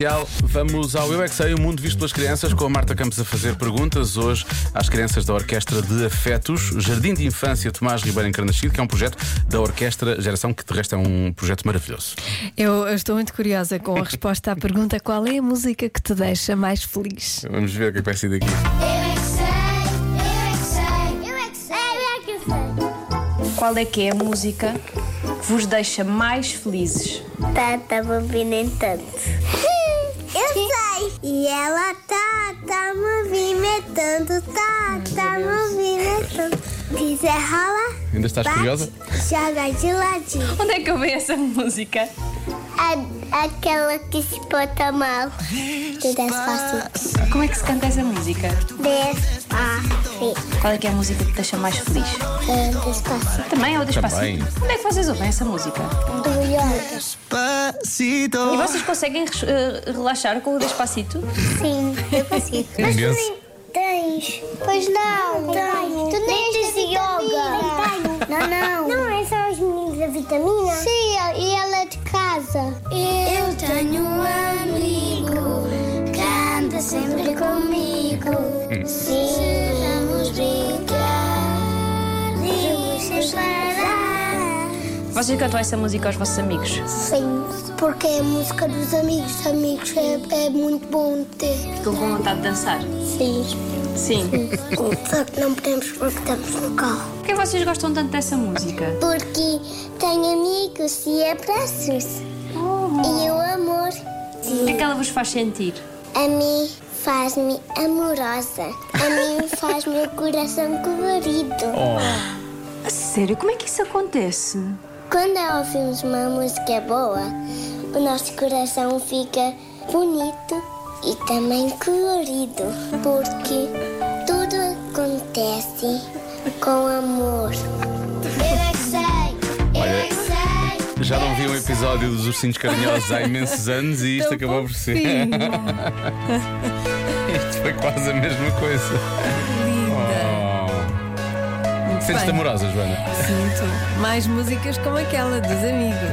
Comercial, Vamos ao Eu é que Sei, o mundo visto pelas crianças, com a Marta Campos a fazer perguntas hoje às crianças da Orquestra de Afetos, Jardim de Infância Tomás Ribeiro Encarnascido, que é um projeto da Orquestra Geração, que de resto é um projeto maravilhoso. Eu eu estou muito curiosa com a resposta à pergunta: qual é a música que te deixa mais feliz? Vamos ver o que é que vai sair daqui. Eu é que sei, eu é que sei, eu é que sei, eu é que sei. Qual é que é a música que vos deixa mais felizes? Tata Bambi nem tanto. Eu sei. E ela tá, tá movimentando, tá, tá movimentando. Diz é rala. Ainda estás bate, curiosa? Joga de ladinho. Onde é que eu vejo essa música? aquela que se bota mal. é Que despacio. Como é que se canta essa música? Despacito. Qual é que é a música que te deixa mais feliz? Despacito. Também é o Também. Despacito. Onde é que vocês ouvem essa música? E Despacito. vocês conseguem eh, relaxar com o Despacito? Sim, eu consigo. Mas tu Imenso. tens. Pois não. Tens. Tu nem tens yoga. Não, não. Não, é só os meninos da vitamina. Sim, e ela é de casa. Eu tenho um amigo que anda sempre comigo. Sim. Se vamos brincar, vamos sem parar. Vocês cantam essa música aos vossos amigos? Sim, porque é a música dos amigos. Amigos é, é muito bom ter. Ficam com vontade de dançar? Sim. Sim. Só que não podemos porque estamos no carro. Porquê vocês gostam tanto dessa música? Porque tenho amigos e abraços. E o amor O que é que ela vos faz sentir? a mim faz-me amorosa. A mim faz meu coração colorido. A sério, como é que isso acontece? Quando é ouvimos uma música boa, o nosso coração fica bonito e também colorido. Porque tudo acontece com amor. Eu é que sei, eu é que sei. é Já não vi um episódio dos Ursinhos Carinhosos há imensos anos e isto Tão acabou por ser. fofinho. Isto foi quase a mesma coisa. Linda. Sentes-te bem. amorosa, Joana? Sinto mais músicas como aquela dos amigos.